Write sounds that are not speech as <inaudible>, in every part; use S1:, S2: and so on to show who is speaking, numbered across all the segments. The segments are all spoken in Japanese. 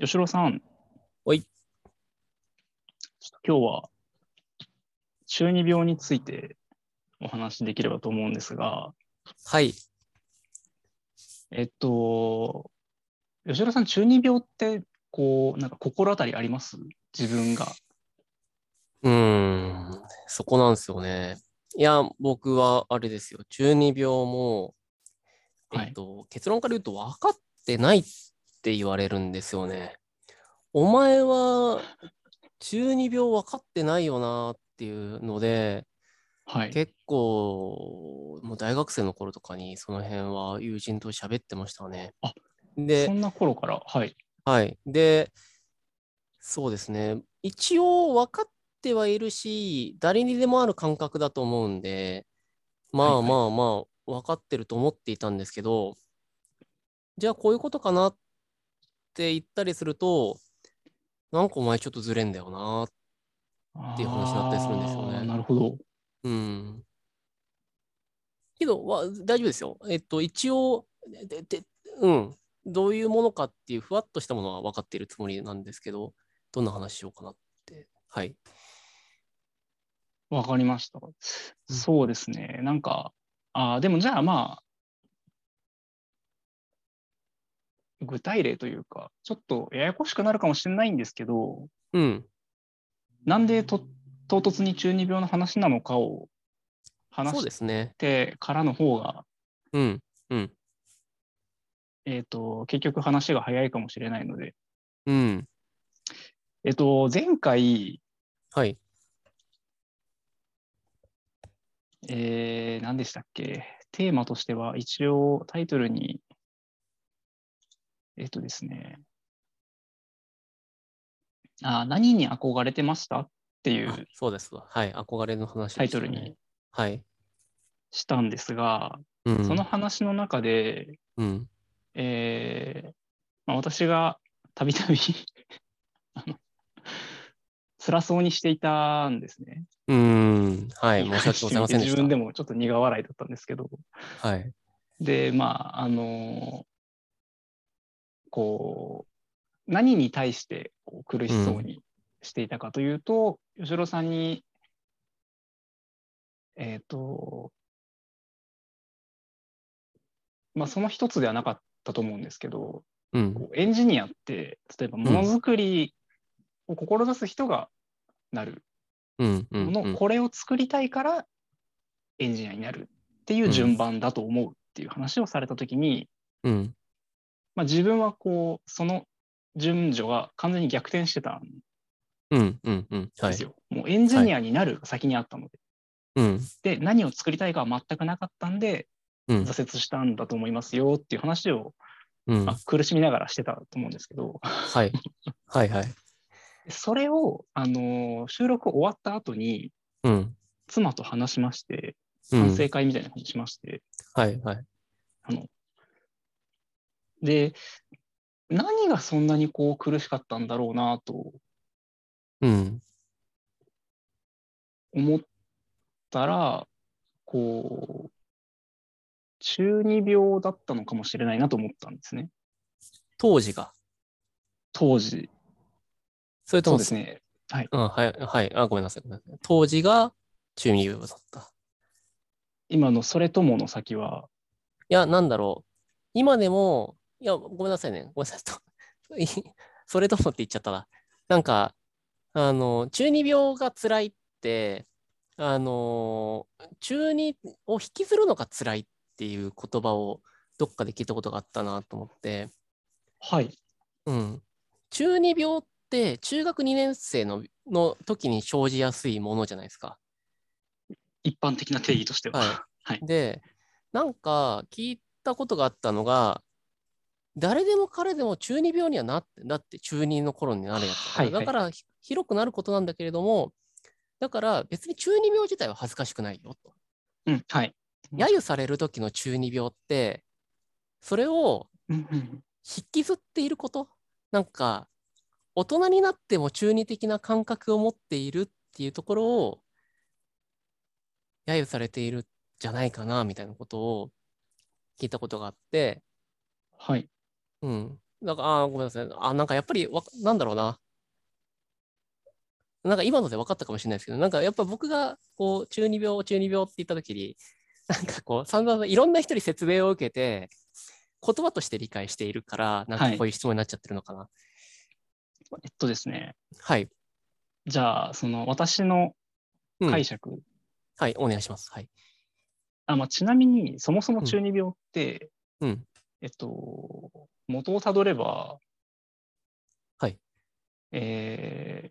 S1: 吉郎さん。
S2: おい。
S1: ちょっと今日は、中二病についてお話しできればと思うんですが、
S2: はい。
S1: えっと、吉郎さん、中二病って、こう、なんか心当たりあります自分が。
S2: うーん。そこなんですよね。いや、僕はあれですよ。中二病も、
S1: はい
S2: えっと、結論から言うと分かってないって言われるんですよね。お前は中二病分かってないよなっていうので、
S1: はい。
S2: 結構、もう大学生の頃とかにその辺は友人と喋ってましたね。
S1: あ
S2: で
S1: そんな頃から、はい。
S2: はい。で、そうですね。一応分かってはいるし、誰にでもある感覚だと思うんで、ま
S1: は
S2: あ
S1: いはい
S2: まあまあ、分かってると思っていたんですけど、じゃあこういうことかなって言ったりすると、なんかお前ちょっとずれんだよな。っていう話だったりするんですよね
S1: あーなるほど。
S2: うん。けど、わ大丈夫ですよ。えっと、一応、で、で、うん。どういうものかっていうふわっとしたものは分かっているつもりなんですけど、どんな話しようかなって。はい。
S1: わかりました。そうですね。なんか、あーでもじゃあまあ、具体例というか、ちょっとややこしくなるかもしれないんですけど、
S2: うん。
S1: なんでと唐突に中二病の話なのかを
S2: そう
S1: 話
S2: で
S1: し
S2: すね。
S1: てからの方が、
S2: うん。うん。
S1: えっ、と、結局話が早いかもしれないので、
S2: うん。
S1: えっ、と、前回、
S2: はい。
S1: えー、何でしたっけテーマとしては一応タイトルにえっとですねあ何に憧れてましたってい
S2: あ
S1: う
S2: そうですわ。はい。憧れの話
S1: タ
S2: で
S1: イ
S2: した
S1: トル
S2: ね
S1: に。
S2: はい。
S1: したんですが、
S2: うん。
S1: その話の中で、
S2: うん。
S1: えーまあ、私がたびた <laughs> びあの辛そうにしていたんですね。
S2: うん。はい。申し訳ございませんで
S1: 自
S2: し
S1: 分で
S2: た。
S1: もちょっと苦笑いだったんですけど、
S2: はい。
S1: でまああのこう何に対してこう苦しそうにしていたかというと、吉郎さんにえっ、とまあその一つではなかったと思うんですけど
S2: うん。
S1: こうエンジニアって例えばものづくりを志す人がなる
S2: うん。う
S1: も
S2: ん。
S1: の、
S2: うん
S1: これを作りたいからエンジニアになるっていう順番だと思うっていう話をされた時に、
S2: うん。
S1: まあ、自分はこうその順序が完全に逆転してたん
S2: うん。うん。うん。は
S1: で
S2: い
S1: す。よ。もうエンジニアになるが先にあったので。
S2: うん。
S1: で何を作りたいかは全くなかったんで
S2: うん。
S1: 挫折したんだと思いますよっていう話を、
S2: うん
S1: まあ。苦しみながらしてたと思うんですけど
S2: はい。はい。はい。
S1: それを、あのー収録終わった後に
S2: うん。
S1: 妻と話しまして
S2: うん
S1: 反省会みたいなのをしまして、
S2: はいはい。
S1: で何がそんなにこう苦しかったんだろうなと
S2: うん。
S1: 思ったらこう中二病だったのかもしれないなと思ったんですね
S2: 当時が。
S1: 当時
S2: それと
S1: そう
S2: も
S1: ですね
S2: うん、はい、はい。あ、ごめんなさい。ごめんなさい当時が中二病だった。
S1: 今の「それとも」の先はい
S2: や、なんだろう。今でも、いや、ごめんなさいね。ごめんなさい。と <laughs> いそれともって言っちゃったな。なんか、あの、中二病が辛いって、あの、中二を引きずるのが辛いっていう言葉をどっかで聞いたことがあったなと思って、
S1: はい
S2: うん、中二病って中学2年生のの時に生じやすいものじゃないですか。
S1: 一般的な定義としては、
S2: は
S1: はい
S2: でなんか聞いたことがあったのが誰でも彼でも中二病にはなってだって中二の頃になるやつだから、
S1: はいはい
S2: だからひ広くなることなんだけれどもだから別に中二病自体は恥ずかしくないよと。
S1: <laughs> うんはい
S2: 揶揄される時の中二病ってそれを
S1: うんうん
S2: 引きずっていることなんか大人になっても中二的な感覚を持っているっていうところを揶揄されているんじゃないかなみたいなことを聞いたことがあって、
S1: はい
S2: うん、なんか、あーごめんなさい。あ、なんかやっぱりわ、なんだろうな。なんか今ので分かったかもしれないですけど、なんかやっぱ僕が、こう、中二病、中二病って言った時に、なんかこう、散々いろんな人に説明を受けて、言葉として理解しているから、なんかこういう質問になっちゃってるのかな。
S1: えっとですね、
S2: はい。
S1: じゃあ、その私の
S2: うん
S1: 解釈、
S2: はい、お願いします。はい。
S1: あまあ、ちなみに、そもそも中二病って、
S2: うん。
S1: えっと、元をたどれば、
S2: はい。
S1: えー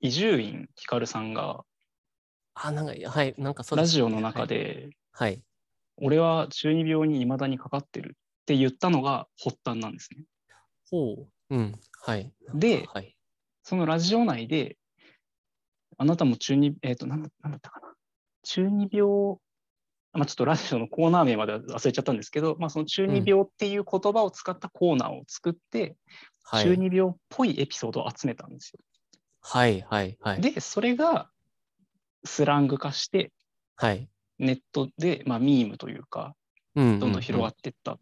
S1: 伊集院光さんが
S2: あ、なんか、はい、なんかそう
S1: ラ
S2: です
S1: ジ
S2: ね
S1: オの中。で、
S2: はい。はい
S1: 俺は中二病に未だにかかってるって言ったのが発端なんですね。
S2: ほう。うん。はい。
S1: で
S2: はい。
S1: そのラジオ内で、あなたも中二、えっ、となんだ、なんだったかな。中二病、まあ、ちょっとラジオのコーナー名までは忘れちゃったんですけど、まあ、その中二病っていう言葉を使ったコーナーを作って、
S2: は
S1: 中
S2: い。
S1: 二病っぽいエピソードを集めたんですよ。
S2: はい。はい。はい。
S1: で、それがスラング化して、
S2: はい。
S1: ネットで、まあ、ミームというか、
S2: うん。
S1: どんどん広が
S2: っ
S1: っていった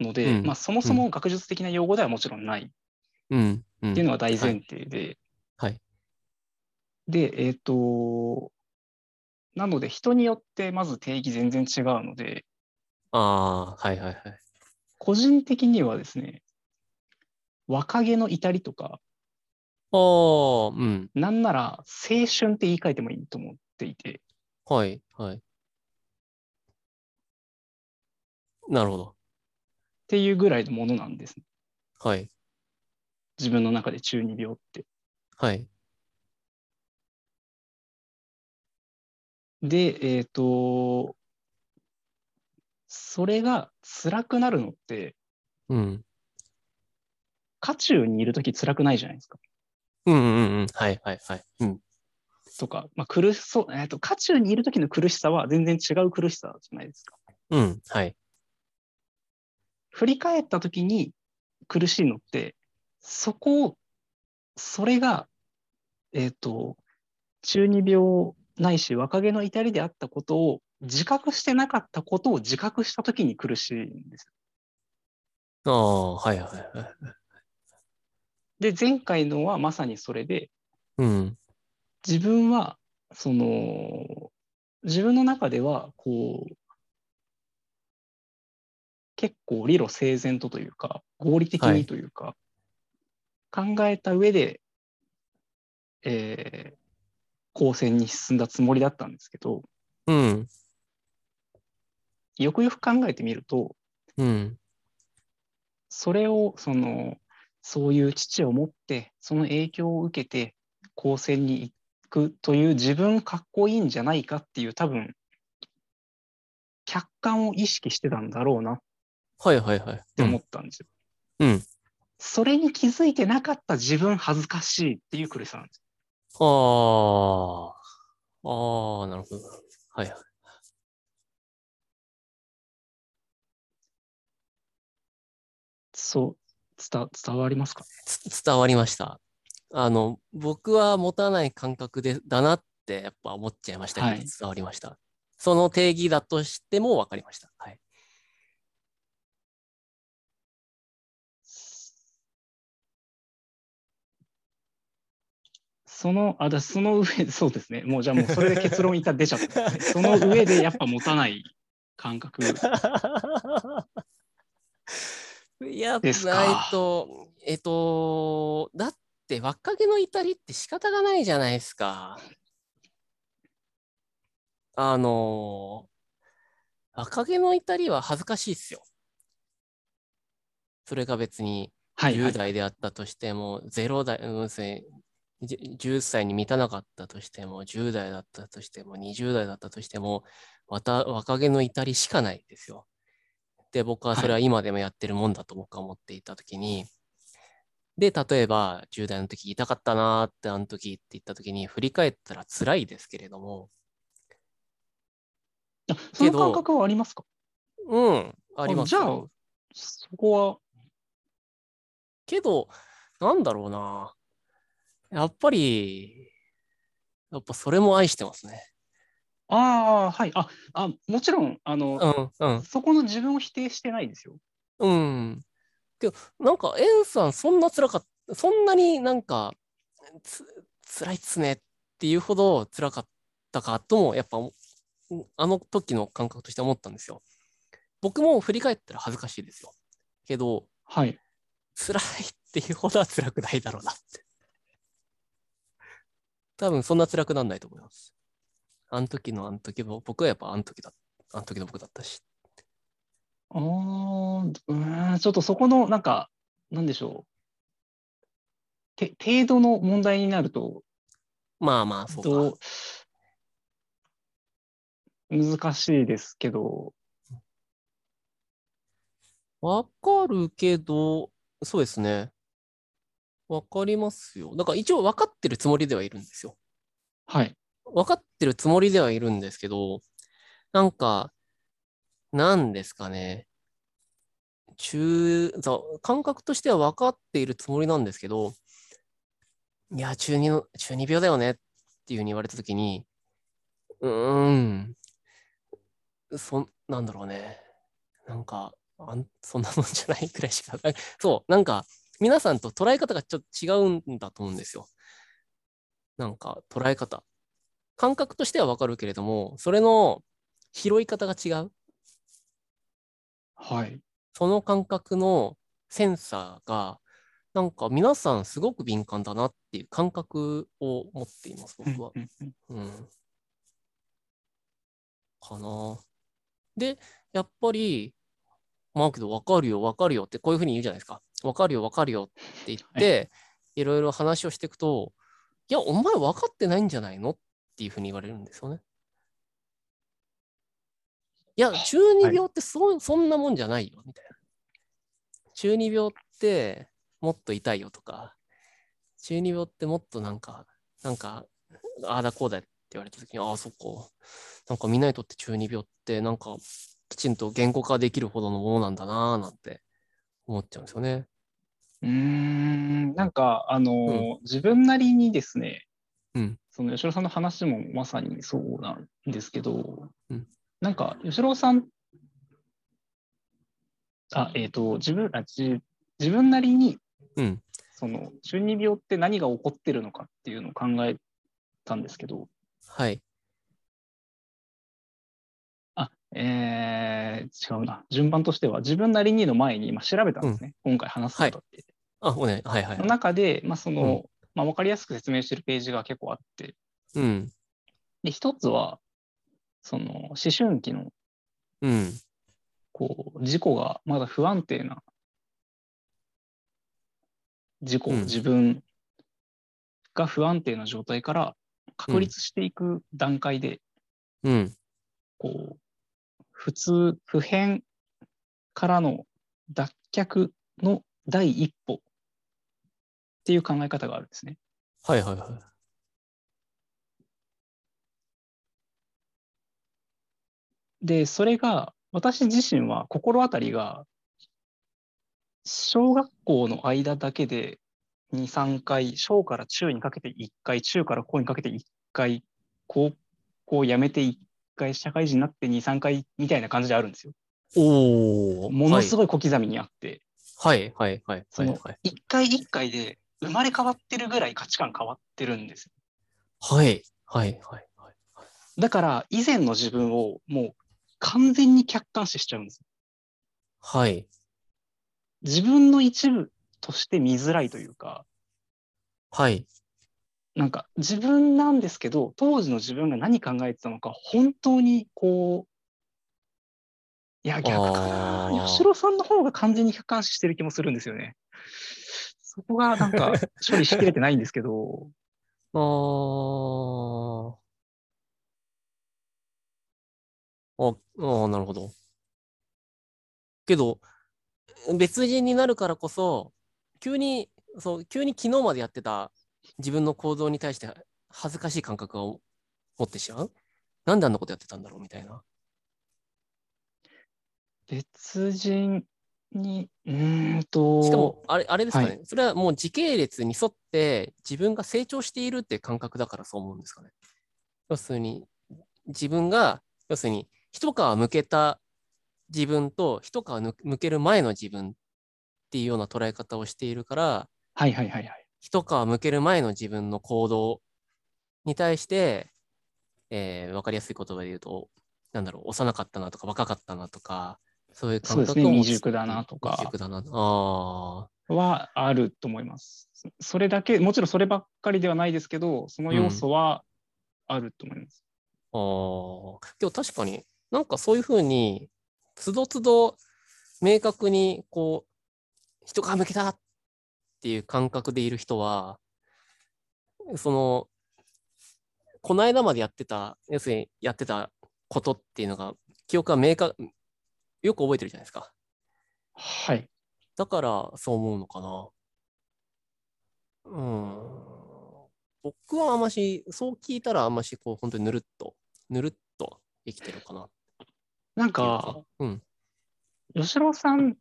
S1: ので、
S2: うん
S1: まあ、そもそも学術的な用語ではもちろんない
S2: て。うん。うん
S1: っていうのが大前提で。
S2: はいはい
S1: で、えっ、と、なので人によってまず定義全然違うので、
S2: ああ、はいはいはい。
S1: 個人的にはですね、若気の至りとか、
S2: おー、うん。
S1: なんなら青春って言い換えてもいいと思っていて、
S2: はい、はい。なるほど。
S1: っていうぐらいのものなんです、
S2: はい、
S1: 自分の中で中二病って。
S2: はい。
S1: で、えっ、と、それが辛くなるのって、
S2: うん。
S1: 渦中にいるとき辛くないじゃないですか。
S2: うんうんうん。はい、はい、はい。うん。
S1: とか、まあ、苦しそう、えっ、と、渦中にいる時の苦しさは全然違う苦しさじゃないですか。
S2: うん。はい。
S1: 振り返った時に苦しいのって、そこを、それが、えっ、と、中二病ないし若気の至りであったことを自覚してなかったことを自覚した時に苦しいんです。
S2: ああ、はい、はい、はい。
S1: で、前回のはまさにそれで、
S2: うん。
S1: 自分は、その、自分の中では、こう、結構理路整然とというか、合理的
S2: はい
S1: にというか、考えた上で、えー、高専に進んだつもりだったんですけど、
S2: うん。
S1: よくよく考えてみると、
S2: うん。
S1: それを、その、そういう父を持って、その影響を受けて、高専に行くという自分かっこいいんじゃないかっていう、多分、客観を意識してたんだろうなっ
S2: はい、はい、はい。
S1: て思
S2: っ
S1: ったんですよ。
S2: うん。
S1: それに気づいてなかった自分恥ずかしいっていう苦しさなんです。
S2: ああ。ああ、なるほど。はい、はい。
S1: そう、伝伝わりますか
S2: つ伝わりました。あの、僕は持たない感覚で、だなってやっぱ思っちゃいましたけど、
S1: はい
S2: 伝わりました。その定義だとしても分かりました。はい。
S1: その、あ、だその上で、そうですね。もうじゃあもうそれで結論いった出ちゃった、ね。 <laughs> その上でやっぱ持たない感
S2: <laughs>
S1: 覚。
S2: い <laughs> や、
S1: ですか
S2: ないと、えっと、だって若気の至りって仕方がないじゃないですか。あの、若気の至りは恥ずかしいっすよ。それが別に
S1: はい、は
S2: 10
S1: い。
S2: 代であったとしても、0代、うん、せじ10歳に満たなかったとしても、10代だったとしても、20代だったとしても、わた若気の至りしかないんですよ。で、僕はそれは今でもやってるもんだと僕は思っていたときに、で、例えば10代の時痛かったなーってあの時って言った時に振り返ったら辛いですけれども、
S1: あその
S2: けど
S1: 感覚はありますか
S2: うん、あります。
S1: じゃあ、そこ
S2: けど、なんだろうな。やっぱり、やっぱそれも愛してますね。
S1: は、ああ、はい、あ、あもちろん、あの、
S2: うん、うん、
S1: そこの自分を否定してないですよ。
S2: うん。けど、なんか、エンさん、そんな辛かった、そんなになんか、つ辛いっすねっていうほど辛かったかとも、やっぱ、おあの時の感覚として思ったんですよ。僕も振り返ったら恥ずかしいですよ。けど、
S1: はい。
S2: 辛いっていうほどは辛くないだろうなって。多分そんな辛くならないと思います。あの時のあの時も、僕はやっぱあの時だ、あの時の僕だったし。
S1: あーうーんちょっとそこの、なんか、なんでしょう。て程度の問題になると、
S2: まあまあ、そう
S1: ど
S2: か。
S1: う難しいですけど、
S2: わかるけど、そうですね。わかりますよ。だから一応分かってるつもりではいるんですよ。
S1: はい。
S2: 分かってるつもりではいるんですけど、なんか、なんですかね。中、そう感覚としては分かっているつもりなんですけど、いや、中二の、中二病だよねっていうふうに言われたときに、うーん、そん、なんだろうね。なんか、あんそんなもんじゃないくらいしか、あそう、なんか、皆さんと捉え方がちょっと違うんだと思うんですよ。なんか、捉え方。感覚としてはわかるけれども、それの拾い方が違う。
S1: はい。
S2: その感覚のセンサーが、なんか皆さんすごく敏感だなっていう感覚を持っています、僕は。
S1: うんうんうん
S2: うん。かな。で、やっぱり、マークドわかるよ、わかるよってこういうふうに言うじゃないですか。わかるよ、わかるよって言って、いろいろ話をしていくと、いや、お前分かってないんじゃないのっていうふうに言われるんですよね。いや、中二病ってそ,、そんなもんじゃないよ、みたいな。中二病ってもっと痛いよとか、中二病ってもっとなんか、なんか、ああだこうだって言われた時に、ああ、そっか。なんかみんなにとって中二病って、なんか、きちんと言語化できるほどのものなんだなーなんて思っちゃうんですよね。
S1: うーんなんか、あのー自分なりにですね、
S2: うん
S1: その吉郎さんの話もまさにそうなんですけど、
S2: うん
S1: なんか、吉郎さん、あ、えっ、と、自分あじ自分なりに、
S2: うん。
S1: その、中二病って何が起こってるのかっていうのを考えたんですけど、
S2: はい。
S1: あ、えー、違うな、順番としては、自分なりにの前に今調べたんですね、今回話すことって。
S2: あ、おね、はいはい
S1: の。中で、まあそのまあ、分かりやすく説明してるページが結構あって、
S2: うん。
S1: で、一つは、その、思春期の、
S2: うん。
S1: こう、自己がまだ不安定な、自己、
S2: うん
S1: 自分が不安定な状態から確立していく段階で、
S2: うん。
S1: こう、普通、普遍からの脱却の第一歩っていう考え方があるんですね。
S2: はいはいはい。
S1: で、それが、私自身は心当たりが、小学校の間だけで2、3回、小から中にかけて1回、中から高にかけて1回、高校を辞めて1回、社会人になって2、3回みたいな感じであるんですよ。
S2: おお。
S1: ものす
S2: ごい。
S1: ごい小刻みにあって、
S2: はいはいはい
S1: そ
S2: はい
S1: の
S2: はい。
S1: 1回1回で生まれ変わってるぐらい価値観変わってるんです。
S2: はいはいはいはい。
S1: だから、以前の自分をもう完全に客観視しちゃうんです。
S2: はい。
S1: 自分の一部として見づらいというか、
S2: はい。
S1: なんか自分なんですけど当時の自分が何考えてたのか本当にこういや逆か
S2: あ
S1: な
S2: ー
S1: 吉郎さんの方が完全に客観視してる気もするんですよね。そこがなんか処理しきれてないんですけど
S2: あー。あ、あーなるほど。けど、別人になるからこそ、急に、そう、急に昨日までやってた自分の行動に対して恥ずかしい感覚を持ってしまう。なんであんなことやってたんだろうみたいな。
S1: 別人にうーんと
S2: しかも、あれ、あれですか
S1: は
S2: ね、それはもう時系列に沿って自分が成長しているっていう感覚だからそう思うんですかね。要するに、自分が、要するに、一皮むけた自分と一皮む向ける前の自分っっていうような捉え方をしているから、
S1: はいはいはいはい。
S2: 一皮むける前の自分の行動に対して、え分かりやすい言葉で言うと、なんだろう、幼かったなとか、若かったなとか、そういう感
S1: そう
S2: 覚
S1: で
S2: を
S1: すね
S2: 持
S1: 未
S2: ち
S1: 熟だなとか
S2: 未熟だな。ああ、
S1: はあると思います。そそれだけ、もちろんそればっかりではないですけど、その要素はあると思います。
S2: ああ、今日確かになんかそういうふうに、つどつど明確にこう、人が向けたっていう感覚でいる人は、その、この間までやってた、要するにやってたことっていうのが、記憶が明確、よく覚えてるじゃないですか。
S1: はい。
S2: だからそう思うのかな。うん。僕はあんまし、そう聞いたらあんまし、こう、本当にぬるっと、ぬるっと生きてるかなって
S1: なん
S2: いう
S1: か、
S2: うん。
S1: 吉郎さん、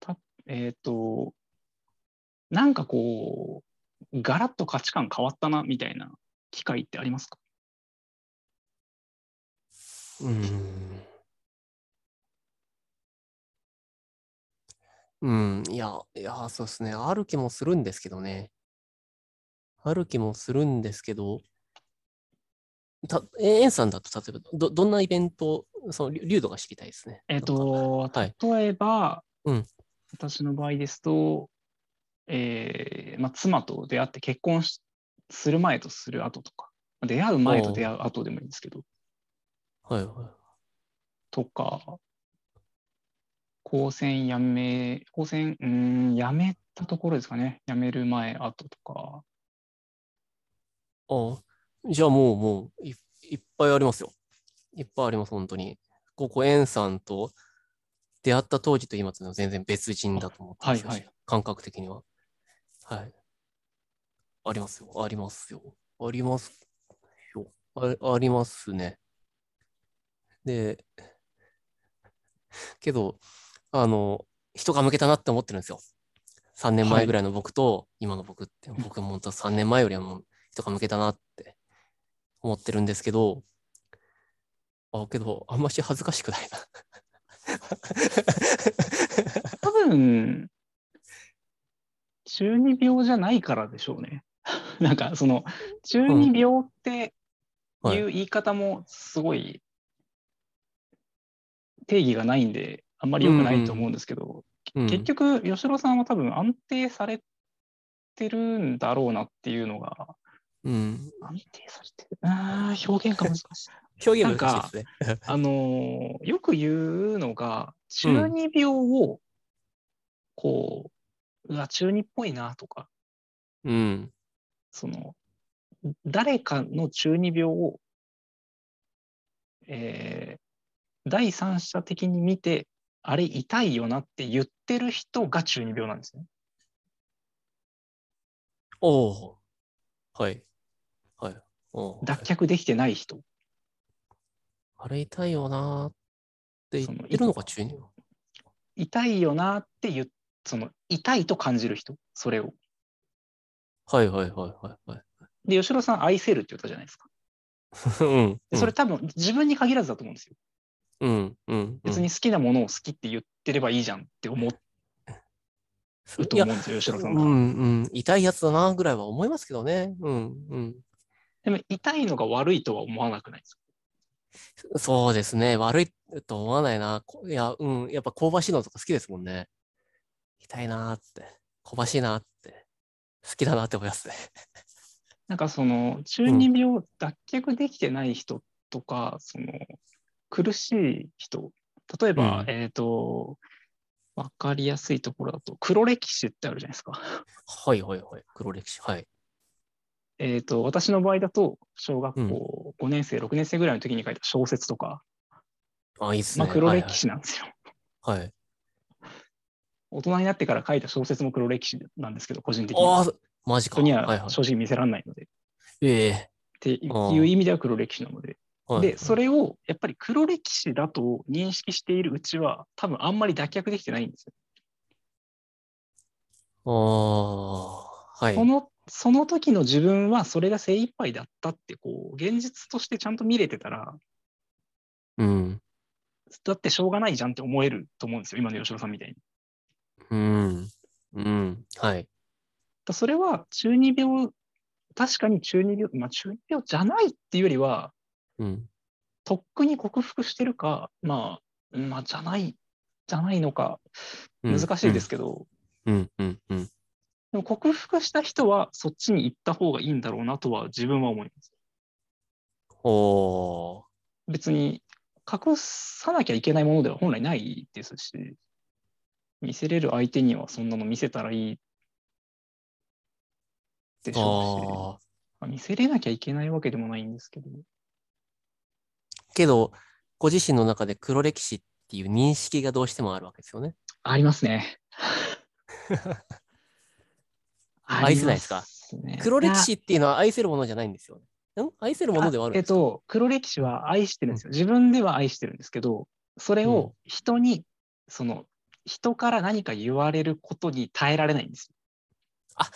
S1: たえっ、と、なんかこう、ガラッと価値観変わったなみたいな機会ってありますか
S2: うん。うん、いや、いや、そうですね。ある気もするんですけどね。ある気もするんですけど、た、え、エンさんだと、例えば、ど、どんなイベント、その、りゅ流度が知りたいですね。
S1: えっ、
S2: なんか、
S1: と、
S2: はい
S1: 例えば、
S2: うん
S1: 私の場合ですと、えーまあ、妻と出会って結婚しする前とする後とか、出会う前と出会う後でもいいんですけど、
S2: はいはい。
S1: とか、高専辞め、高専、うーん、辞めたところですかね。辞める前、後とか。
S2: ああ、じゃあもう、もうい、いっぱいありますよ。いっぱいあります、本当に。ここ、エンさんと出会った当時と今というのは全然別人だと思ってますし
S1: はいはい
S2: 感覚的には。はい。ありますよ、ありますよ。ありますよ。あ、ありますね。で、けど、あの、人が向けたなって思ってるんですよ。3年
S1: は
S2: 前
S1: い
S2: ぐらいの僕と、今の僕って、僕も本当3年前よりはもう人が向けたなって思ってるんですけど、あ、けど、あんまし恥ずかしくないな。
S1: 多分、中二病じゃないからでしょうね。 <laughs> なんか、その、中二病って
S2: はい
S1: いう言い方もすごい定義がないんで、あんまり良くないと思うんですけど、
S2: うん
S1: 結局、吉郎さんは多分安定されてるんだろうなっていうのが、
S2: うん。
S1: 安定されてる。ああ、表現が難しい。
S2: 表
S1: な
S2: 現
S1: ん
S2: 難しいで
S1: か
S2: すね。
S1: <laughs> あのーよく言うのが、中二病を、こう、うわ、中二っぽいなとか、
S2: うん。
S1: その、誰かの中二病を、えー第三者的に見て、あれ痛いよなって言ってる人が中二病なんですね。
S2: おお。はい。はい。おー
S1: 脱却できてない人。
S2: あれ痛いよなーって言
S1: そ
S2: っ
S1: の
S2: てるのが中二病。
S1: 痛いよなって言う、その、痛いと感じる人、それを。
S2: はいはいはいはいはい。
S1: で、吉野さん、愛せるって言ったじゃないですか。
S2: うん。
S1: でそれ多分、自分に限らずだと思うんですよ。
S2: うん、うんうん。
S1: 別に好きなものを好きって言ってればいいじゃんって思うと
S2: いや
S1: 思うんですよ、吉野さ
S2: うんん
S1: が。
S2: うん。痛いやつだなぐらいは思いますけどね。うんうん。
S1: でも痛いのが悪いとは思わなくないですか
S2: そうですね。悪いと思わないな。こいや、うん。やっぱ香ばしいのとか好きですもんね。痛いなーって。香ばしいなーって。好きだなって思いますね。
S1: なんかその中二病脱却できてない人とか、その苦しい人例えば、
S2: うん
S1: えっ、と分かりやすいところだと黒歴史ってあるじゃないですか。
S2: はいはいはい。黒歴史。はい。
S1: えっと私の場合だと小学校5年生、6年生ぐらいの時に書いた小説とか、
S2: あ、いいっすね。
S1: まあ、黒
S2: はい
S1: 歴史なんですよ。
S2: はい。はい。
S1: 大人になってから書いた小説も黒歴史なんですけど個人的に
S2: あ
S1: は
S2: あ、マジか。
S1: 人に
S2: はい
S1: は
S2: はい。
S1: 正直見せられないので。
S2: ええ
S1: ってい
S2: ああ
S1: う意味では黒歴史なので。
S2: はい
S1: で、それをやっぱり黒歴史だと認識しているうちは、多分あんまり脱却できてないんですよ。
S2: ああ、はい。
S1: そのその時の自分はそれが精一杯だったってこう現実としてちゃんと見れてたら
S2: うん。
S1: だってしょうがないじゃんって思えると思うんですよ今の吉野さんみたいに。
S2: うん。うん。はい。
S1: だそれは中二病、確かに中二病、まあ中二病じゃないっていうよりは、
S2: うん。
S1: とっくに克服してるか、まあ、まあじゃない、じゃないのか、
S2: うん
S1: 難しいです。けど、
S2: うん。うん。うん。
S1: でも克服した人はそっちに行った方がいいんだろうなとは自分は思います。
S2: おー。
S1: 別に隠さなきゃいけないものでは本来ないですし、見せれる相手にはそんなの見せたらいいでしょ
S2: ああ。
S1: うし、見せれなきゃいけないわけでもないんですけど、
S2: けど、ご自身の中で黒歴史っていう認識がどうしてもあるわけですよね。
S1: あります
S2: <laughs>
S1: ね。
S2: 愛せないですか
S1: ありまね
S2: 黒歴史っていうのは愛せるものじゃないんですよね。ん愛せるものではあるん
S1: えっ
S2: ですか
S1: と、黒歴史は愛してるんですよ。自分では愛してるんですけど、それを人に、その、人から何か言われることに耐えられないんです
S2: あ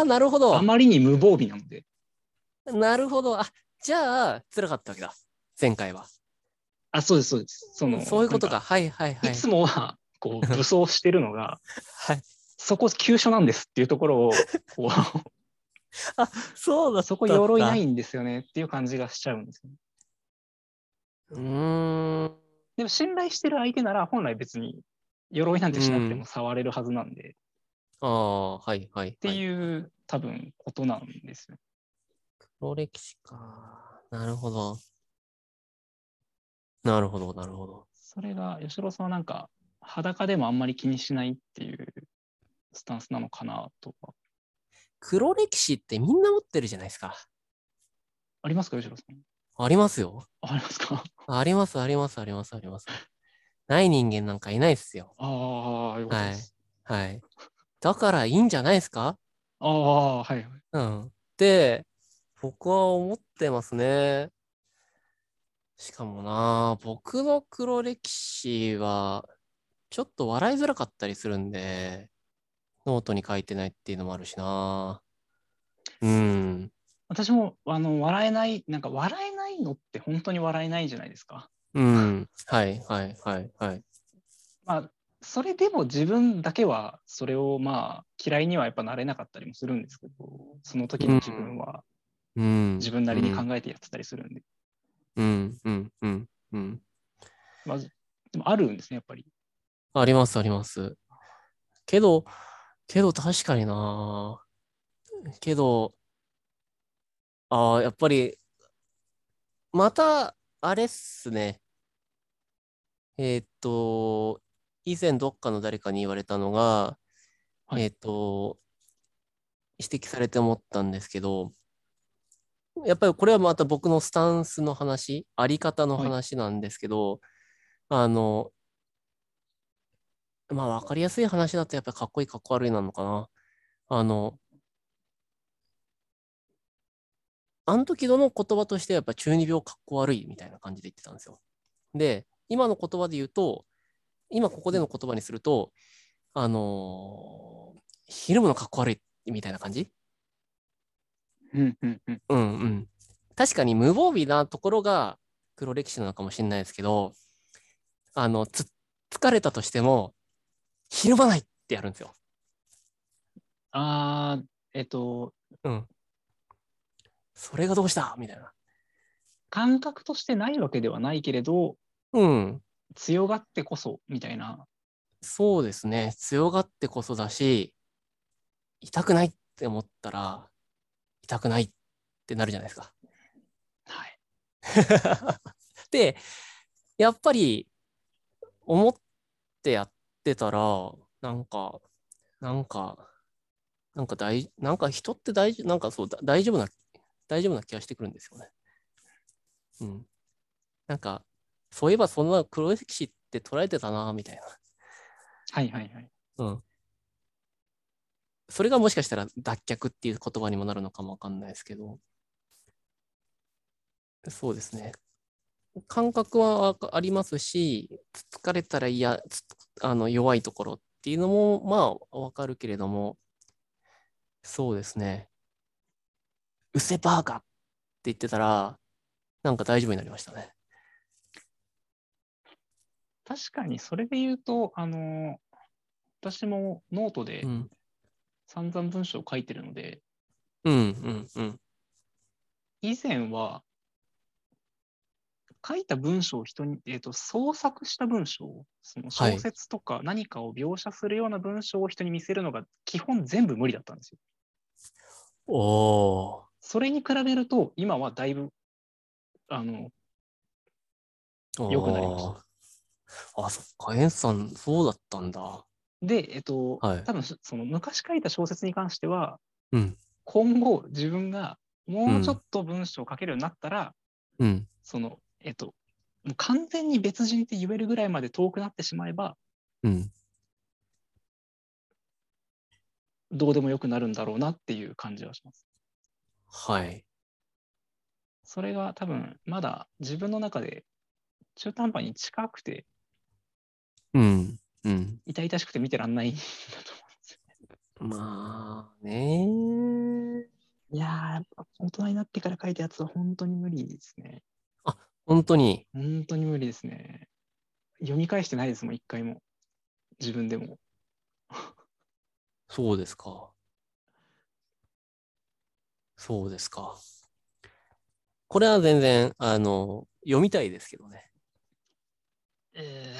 S2: あ、なるほ
S1: よ。
S2: ど
S1: あ。まりに無防備なので。
S2: なるほど。あ、じゃあ、辛かったわけだ。前回は。
S1: あ、そうです、そうです。その、
S2: そういうこと
S1: な
S2: か。
S1: ん
S2: はいはいはい
S1: い。つもは、こう、武装してるの
S2: <laughs>
S1: が、
S2: はい、
S1: そこ急所なんですっていうところを、こ
S2: <laughs> そうだ
S1: うそこ鎧ないんですよねっていう感じがしちゃうんですよね。
S2: うーん。
S1: でも、信頼してる相手なら、本来別に、鎧なんてしなくても触れるはずなんで、っ
S2: ああ、はいはい、はい。ってう。
S1: いう、多分、ことなんですよね
S2: 黒歴史か。なるほど。なるほど、なるほど。
S1: それが、吉郎さんはなんか、裸でもあんまり気にしないっていうスタンスなのかなとは。
S2: 黒歴史ってみんな持ってるじゃないですか。
S1: ありますか、吉郎さん。
S2: ありますよ。
S1: ありますか
S2: あります、あります、あります、あります。ない人間なんかいないですよ。
S1: ああ、よかったです。
S2: はい。だからいいんじゃないですか
S1: ああ、はいはい。
S2: うん。って、僕は思ってますね。しかもな、僕の黒歴史は、ちょっと笑いづらかったりするんで、ノートに書いてないっていうのもあるしな。うん。
S1: 私も、あの、笑えない、なんか、笑えないのって本当に笑えないじゃないですか。
S2: うん。はい、はい、はい、はい。
S1: まあ、それでも自分だけは、それをまあ、嫌いにはやっぱなれなかったりもするんですけど、その時の自分は
S2: うん。
S1: 自分なりに考えてやってたりするんで、
S2: うん、うん、うん、うん。
S1: まあ、でもあるんですね、やっぱり。
S2: あります、あります。けど、けど確かにな。けど、ああ、やっぱり、また、あれっすね。えーっと、以前どっかの誰かに言われたのが、
S1: はい
S2: えーっと、指摘されて思ったんですけど、やっぱりこれはまた僕のスタンスの話、あり方の
S1: はい
S2: 話なんですけど、あの、まあ、わかりやすい話だと、やっぱりかっこいい、かっこ悪いなのかな。あの、あの時の言葉としては、やっぱ中二病かっこ悪いみたいな感じで言ってたんですよ。で、今の言葉で言うと、今ここでの言葉にすると、あのーひるむのかっこ悪いみたいな感じ
S1: うんうんうん。
S2: うんうん。確かに無防備なところが黒歴史なのかもしれないですけど、あの、つ、疲れたとしても、ひるまないってやるんですよ。
S1: ああ、えっと、
S2: それがどうしたみたいな。
S1: 感覚としてないわけではないけれど
S2: うん。
S1: 強がってこそみたいな
S2: そうですね。強がってこそだし、痛くないって思ったら、痛くないってなるじゃないです <laughs> か。
S1: はい
S2: で、やっぱり、思ってやってたら、なんか、なんか、なんか大、なんか人って大丈夫、なんかそう、だ大丈夫な、大丈夫な気がしてくるんですよね。うん。なんか、そういえばそんな黒歴史って捉えてたな、みたいな。
S1: はいはいはい
S2: うん。それがもしかしたら脱却っていう言葉にもなるのかもわかんないですけど。そうですね。感覚はあありますし、つつかれたら嫌、つあの弱いところっていうのも、まあ、わかるけれども、そうですね。うせバーガーって言ってたら、なんか大丈夫になりましたね。
S1: 確かにそれで言うとあの私もノートで
S2: うん。
S1: 散々文章を書いてるので、
S2: うんうんうん。
S1: 以前は、書いた文章を人に、えー、と創作した文章、その
S2: はい
S1: 小説とか何かを描写するような文章を人に見せるのが基本全部無理だったんですよ。
S2: おお
S1: それに比べると、今はだいぶ、あの、
S2: ー。。
S1: 良くなりました
S2: あ、そっか、エンさん、そうだったんだ。
S1: で、えっ、と、
S2: はい
S1: 多分そその昔書いた小説に関しては、
S2: うん
S1: 今後自分がもうちょっと文章を書けるようになったら、
S2: うん。
S1: その、えっ、と、もう完全に別人って言えるぐらいまで遠くなってしまえば、
S2: うん。
S1: どうでもよくなるんだろうなっていう感じはします。
S2: はい。
S1: それが多分まだ自分の中で中途半端に近くて
S2: うん。うん。
S1: 痛々しくて見てらんないんだと思
S2: まあね。
S1: う。いやー、やっぱ大人になってから書いたやつは本当に無理ですね。
S2: 本当に。
S1: 本当に無理ですね。読み返してないですもん、一回も。自分でも。
S2: そうですか。そうですか。これは全然、あの、読みたいですけどね。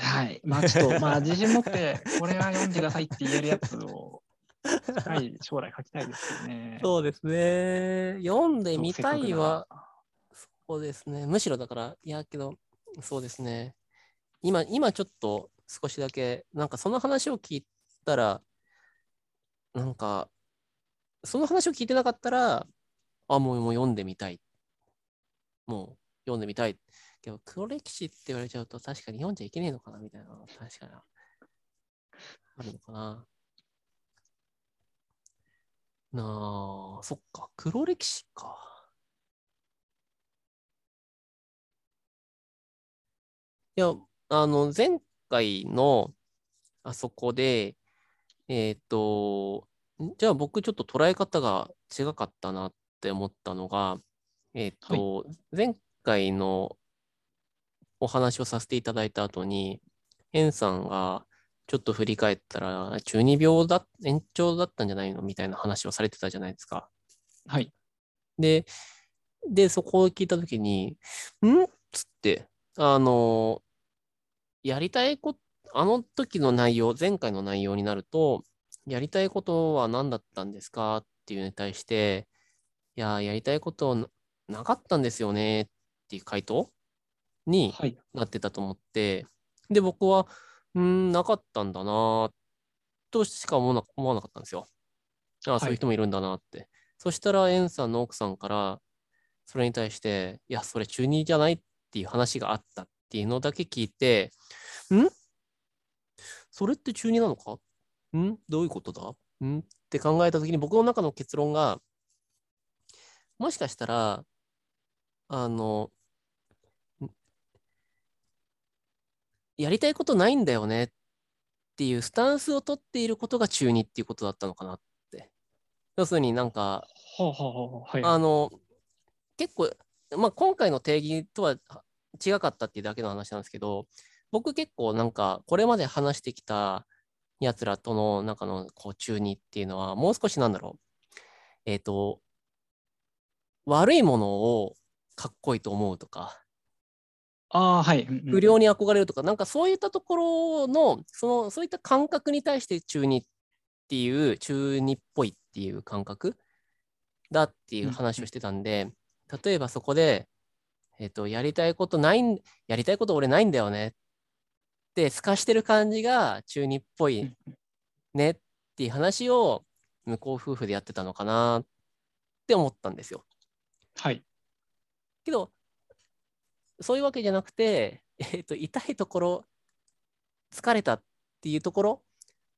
S1: はい。まあちょっと、まあ自信持って、これは読んでくださいって言えるやつを、近い将来書きたいですよね。
S2: そうですね。読んでみたいは、
S1: せっかくなら。
S2: そうですね。むしろだから、いや、けど、そうですね。今、今ちょっと少しだけ、なんかその話を聞いたら、なんか、その話を聞いてなかったら、あ、もうもう読んでみたい。もう読んでみたい。けど、黒歴史って言われちゃうと、確かに読んじゃいけねえのかな、みたいな、確かに。あるのかな。なあ、そっか、黒歴史か。いや、あの、前回の、あそこで、えっと、んじゃあ僕ちょっと捉え方が違かったなって思ったのが、えっと、前回のお話をさせていただいた後に、エンさんがちょっと振り返ったら、中二病だ、延長だったんじゃないのみたいな話をされてたじゃないですか。
S1: はい。
S2: で、で、そこを聞いたときに、んっつって、あの、やりたいこと、あの時の内容、前回の内容になると、やりたいことは何だったんですかっていうのに対して、いや、やりたいことななかったんですよねっていう回答に
S1: はい。
S2: なってたと思って、で、僕は、うーん、なかったんだなとしか思わな思わなかったんですよ。ああ、
S1: はい
S2: そういう人もいるんだなって。そしたら、エンさんの奥さんから、それに対して、いや、それ中二じゃないっていう話があったっていうのだけ聞いて、んそれって中二なのかんどういうことだんって考えたときに、僕の中の結論が、もしかしたら、あの、やりたいことないんだよねっていうスタンスを取っていることが中二っていうことだったのかなって。要するになんか、
S1: はあ、はあはあ、はい。
S2: あの、結構、まあ、今回の定義とは違かったっていうだけの話なんですけど、僕結構なんか、これまで話してきたやつらとの中のこう中二っていうのは、もう少しなんだろう。えっ、と、悪いものをかっこいいと思うとか、
S1: ああ、はい。うんうん
S2: 不良に憧れるとか、なんかそういったところの、その、そういった感覚に対して中二っていう、中二っぽいっていう感覚だっていう話をしてたんで、例えばそこで、えっ、と、やりたいことないん、やりたいこと俺ないんだよねって、透かしてる感じが中二っぽ
S1: う
S2: い
S1: ん
S2: ねっていう話を、向こう夫婦でやってたのかなって思ったんですよ。
S1: はい。
S2: けど、そういうわけじゃなくて、えっと痛いところ、疲れたっていうところ、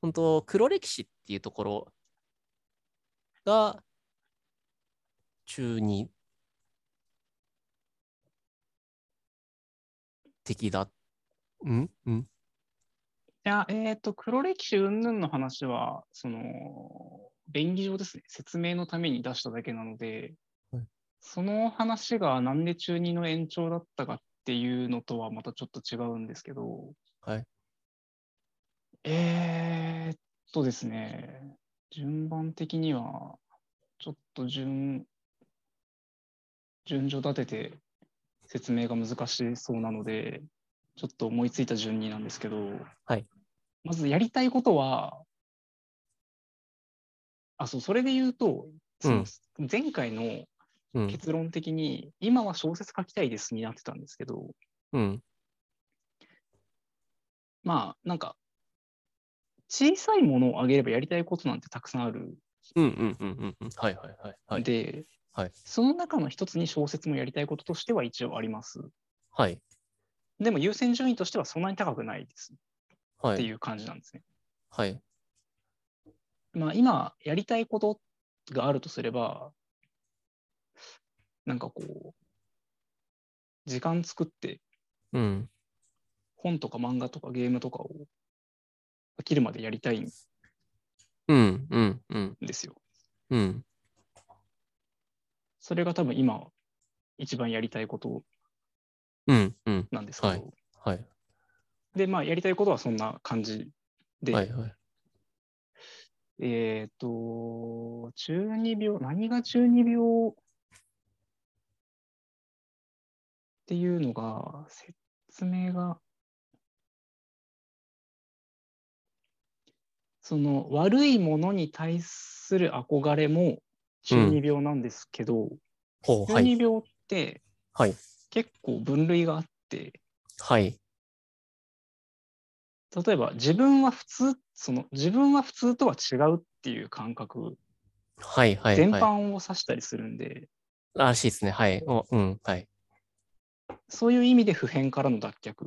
S2: 本当、黒歴史っていうところが、中二的だ。んうん
S1: いや、えっ、と、黒歴史云々の話は、その、便宜上ですね、説明のために出しただけなので、
S2: はい
S1: その話がなんで中二の延長だったかっていうのとはまたちょっと違うんですけど、
S2: はい
S1: えーっとですね、順番的には、ちょっと順、順序立てて説明が難しそうなので、ちょっと思いついた順になんですけど、
S2: はい
S1: まずやりたいことは、あ、そう、それで言うと、その前回の
S2: うん。
S1: 結論的に、今は小説書きたいですになってたんですけど、
S2: うん。
S1: まあなんか小さいものをあげればやりたいことなんてたくさんある
S2: うんうんうんうんうん。はいはいはい。はい
S1: ん。で、
S2: はい
S1: その中の一つに小説もやりたいこととしては一応あります。
S2: はい。
S1: でも優先順位としてはそんなに高くないです
S2: は
S1: って
S2: い。
S1: いう感じなんですね。
S2: はい。
S1: まあ今やりたいことがあるとすればなんかこう時間作って
S2: うん。
S1: 本とか漫画とかゲームとかを飽きるまでやりたいん
S2: うんうんうん
S1: ですよ。
S2: うん。
S1: それが多分今一番やりたいこと
S2: うんうん。
S1: なんですけど、
S2: はいはい。
S1: で、まあ、やりたいことはそんな感じで、
S2: はいはい。
S1: えっ、と、中二病、何が中二病っていうのが、説明が、その悪いものに対する憧れも中二病なんですけど、
S2: ほう。
S1: 中
S2: は
S1: 二
S2: い。
S1: 病って
S2: はい。
S1: 結構分類があって、
S2: はい。
S1: 例えば自分は普通その自分は普通とは違うっていう感覚
S2: はいはい。
S1: 全
S2: はい。
S1: 般を指したりするんで、
S2: らしいですね。はい。おうん。はい。
S1: そういう意味で普遍からの脱却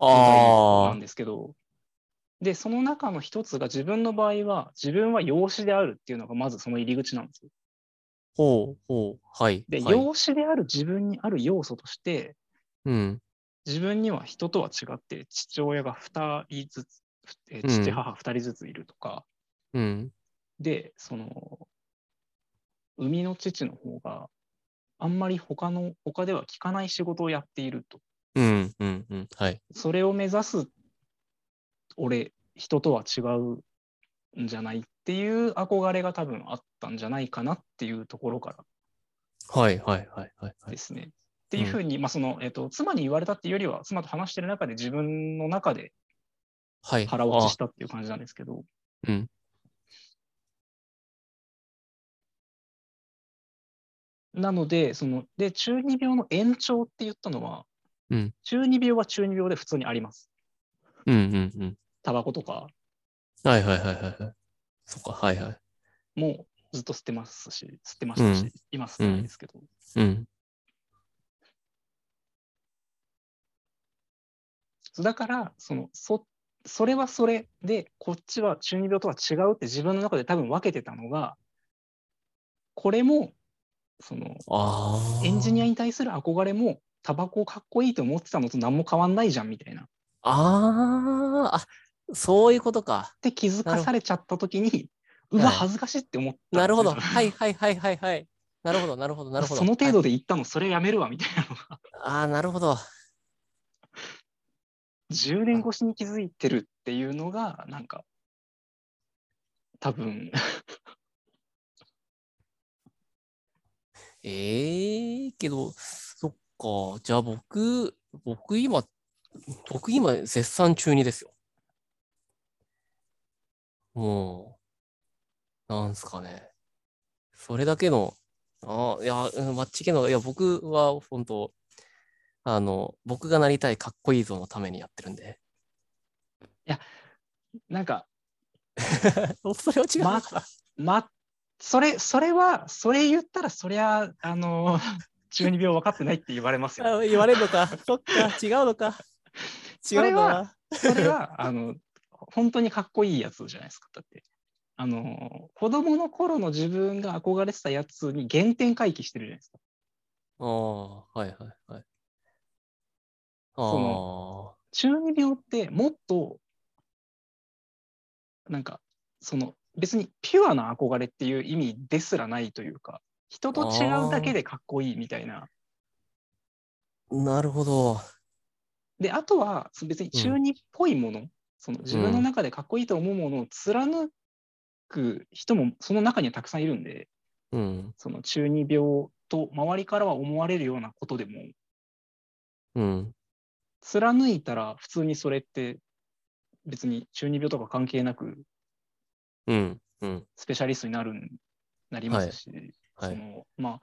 S1: な
S2: あ
S1: んですけどでその中の一つが自分の場合は自分は養子であるっていうのがまずその入り口なんですよ。
S2: あ。ほうほう。はい。
S1: で、
S2: はい
S1: 養子である自分にある要素として
S2: うん。
S1: 自分には人とは違って父親が2人ずつえ
S2: うん
S1: 父母2人ずついるとか、
S2: うん。
S1: で、その、生みの父の方が、あんまり他の、他では聞かない仕事をやっていると。
S2: うんうんうん。はい。
S1: それを目指す、俺、人とは違うんじゃないっていう憧れが多分あったんじゃないかなっていうところか
S2: はいはいはい
S1: ら
S2: はいはい
S1: で。すね。っていうふうに、まあその、えっと、妻に言われたっていうよりは、妻と話してる中で自分の中で
S2: はい。
S1: 腹落ちしたっていう感じなんですけど。
S2: うん
S1: なので、その、で、中二病の延長って言ったのは、
S2: うん
S1: 中二病は中二病で普通にあります。
S2: あうんうんうん。
S1: タバコとか
S2: はいはいはいはいはい。そっか、はいはい。
S1: もずっと吸ってますし、吸ってましたし、
S2: うん
S1: 今吸ってないですけど。
S2: うん。
S1: そうだから、その、そ、それはそれで、こっちは中二病とは違うって自分の中で多分分けてたのが、これも、その、
S2: ああ。
S1: エンジニア
S2: ア。
S1: に対する憧れも、タバコをかっこいいと思ってたのと何も変わんないじゃんみたいな。っ
S2: ああ、あ、そういうことか。
S1: て気づかされちゃった時に、う
S2: るほど
S1: わ、
S2: はい
S1: 恥ずかしいって思った。
S2: な
S1: <laughs>
S2: るほど。はいはいはいはいはい。なるほど、なるほど、なるほど。
S1: その程度で
S2: で。
S1: 言ったの、それやめるわみたいなのが、
S2: ああ、なるほど。
S1: 10年越しに気づいてるっていうのが、なんか、多分
S2: ええけど、そっか。じゃあ僕、僕今、僕今、絶賛中にですよ。もう、なんすかね。それだけの、ああ、いや、うんまっちけの、いや、僕は本当、あの、僕がなりたいかっこいいぞのためにやってるんで。
S1: なんか、
S2: <laughs> それは違うのか <laughs> な。
S1: ま、それ、それは、それ言ったら、そりゃ、あの、 <laughs> 中二病分かってないって言われますよ。
S2: あ言われるのか。そっか、違うのか。違
S1: れ
S2: うの
S1: は
S2: な。
S1: それは、あの、本当にかっこいいやつじゃないですか。だって、あの、子供の頃の自分が憧れてたやつに原点回帰してるじゃないですか。
S2: ああ、はいはいはい。あ
S1: そ
S2: あ、
S1: 中二病ってもっと、なんか、その、別にピュアな憧れっていう意味ですらないというか、人と違うだけでかっこいいみたいな。
S2: なるほど。
S1: で、あとは、その別に中二っぽいもの、その自分の中でかっこいいと思うものを貫く人もその中にはたくさんいるんで、
S2: うん。
S1: その中二病と周りからは思われるようなことでも、
S2: うん。
S1: 貫いたら普通にそれって別に中二病とか関係なく
S2: うん。うん。
S1: スペシャリストになるんなりますし、
S2: は
S1: そ
S2: い。
S1: のまあ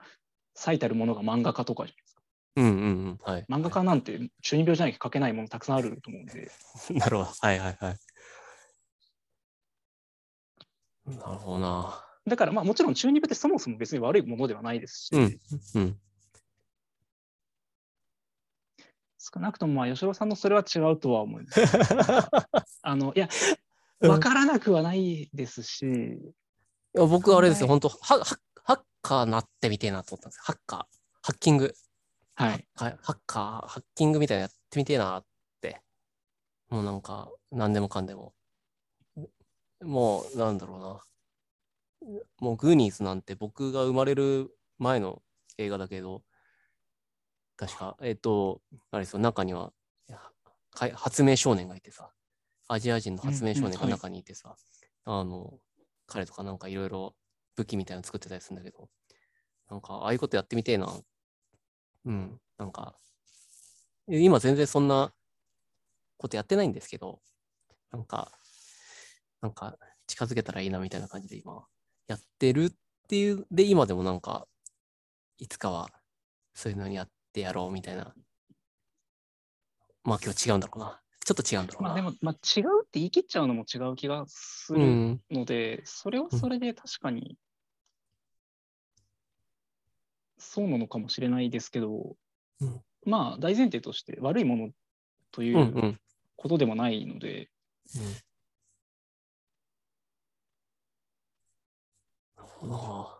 S1: 最たるものが漫画家とかじゃないですか
S2: うんうんうん。はい。
S1: 漫画家なんて中二病じゃなきゃ描けないものたくさんあると思うんで
S2: <laughs> なるほど。はいはいはい。なるほどな。
S1: だからまあもちろん中二病ってそもそも別に悪いものではないですし、
S2: うん。うん。
S1: <laughs> 少なくともまあ吉郎さんのそれは違うとは思います
S2: <laughs>
S1: あのいや
S2: うん
S1: 分からなくはないですし、
S2: いや僕、あれですよ、
S1: 考
S2: 本当ハハハッカーなってみてえなと思ったんですよ。ハッカー、ハッキング、
S1: はい
S2: はいハッカー、ハッキングみたいなのやってみてえなって。もうなんか、何でもかんでも。もう、なんだろうな。もう、グーニーズなんて僕が生まれる前の映画だけど、確か、えっ、と、あれですよ、中には、はい発明少年がいてさ、アジア人の発明少年が中にいてさ、あの、彼とかなんかいろいろ武器みたいなの作ってたりするんだけど、なんかああいうことやってみてえな。うん、なんか、え今全然そんなことやってないんですけど、なんか、なんか近づけたらいいなみたいな感じで今、やってるっていう、で、今でもなんか、いつかはそういうのにやってやろうみたいな。まあ今日違うんだろうな。ちょっと違うんだろうな。
S1: まあでも、まあ、違うって言い切っちゃうのも違う気がす
S2: う
S1: る
S2: ん、
S1: ので、それはそれで確かにそうなのかもしれないですけど、
S2: うん
S1: まあ大前提として悪いものとい
S2: うん、う。
S1: うんことでもないので、
S2: ああ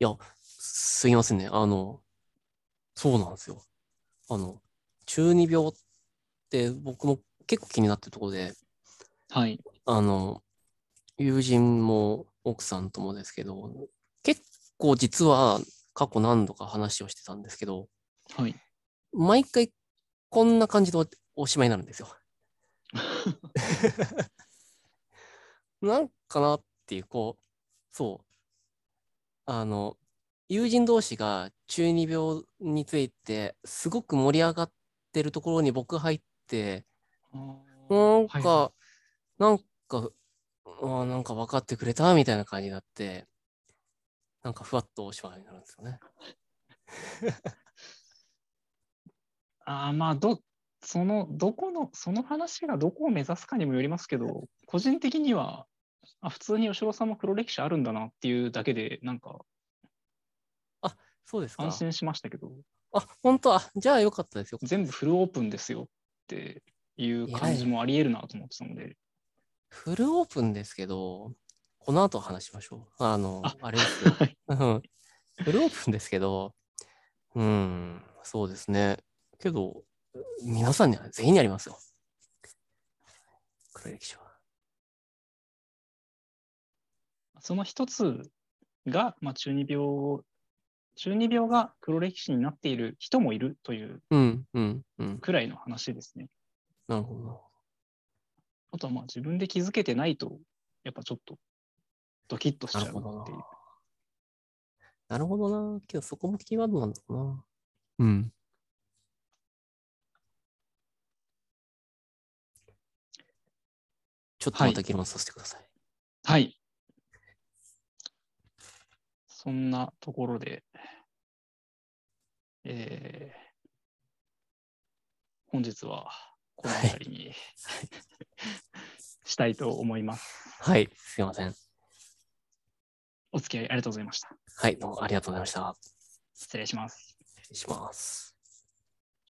S2: いや、すいませんね。あの、そうなんですよ。あの、中二病って僕も結構気になってるところで、
S1: はい
S2: あの、友人も奥さんともですけど、結構実は過去何度か話をしてたんですけど、
S1: はい
S2: 毎回こんな感じでおしまいになるんですよ。なんかなっていう、こう、そう。あの、友人同士が中二病についてすごく盛り上がってるところに僕入って、なんか、
S1: は
S2: なんか、あーなんか分かってくれたみたいな感じになって、なんかふわっとおしまいになるんですよね。
S1: あーまあどそのどこのその話がどこを目指すかにもよりますけど個人的にはあ普通に吉郎さんも黒歴史あるんだなっていうだけでなんか
S2: そうですか
S1: 安。心しましたけど
S2: あ、本当あ、じゃあよかったですよ。
S1: 全部フルオープンですよっていう感じもありえるなと思ってたので
S2: フルオープンですけど、この後話しましょう。あの、あ
S1: あ
S2: れですよ。
S1: はい
S2: うんフルオープンですけど、うん、そうですね。けど、皆さんには全員にありますよ。黒歴史は。
S1: その一つが、まあ、中二病中二病が黒歴史になっている人もいるという
S2: うん、うん、うん。
S1: くらいの話ですね
S2: なるほどな。
S1: あとはまあ自分で気づけてないとやっぱちょっとドキッとしちゃう
S2: なるほど
S1: っていう
S2: なるほどな。けど、そこもキーワードなんだろうな。うん。ちょっとまた議論させてください。
S1: はい。そんなところで、えー本日はこの辺りに、 <laughs> したいと思います。
S2: はい、すいません。
S1: お付き合いありがとうございました。
S2: はい、どうもありがとうございました。
S1: 失礼します。
S2: 失礼します。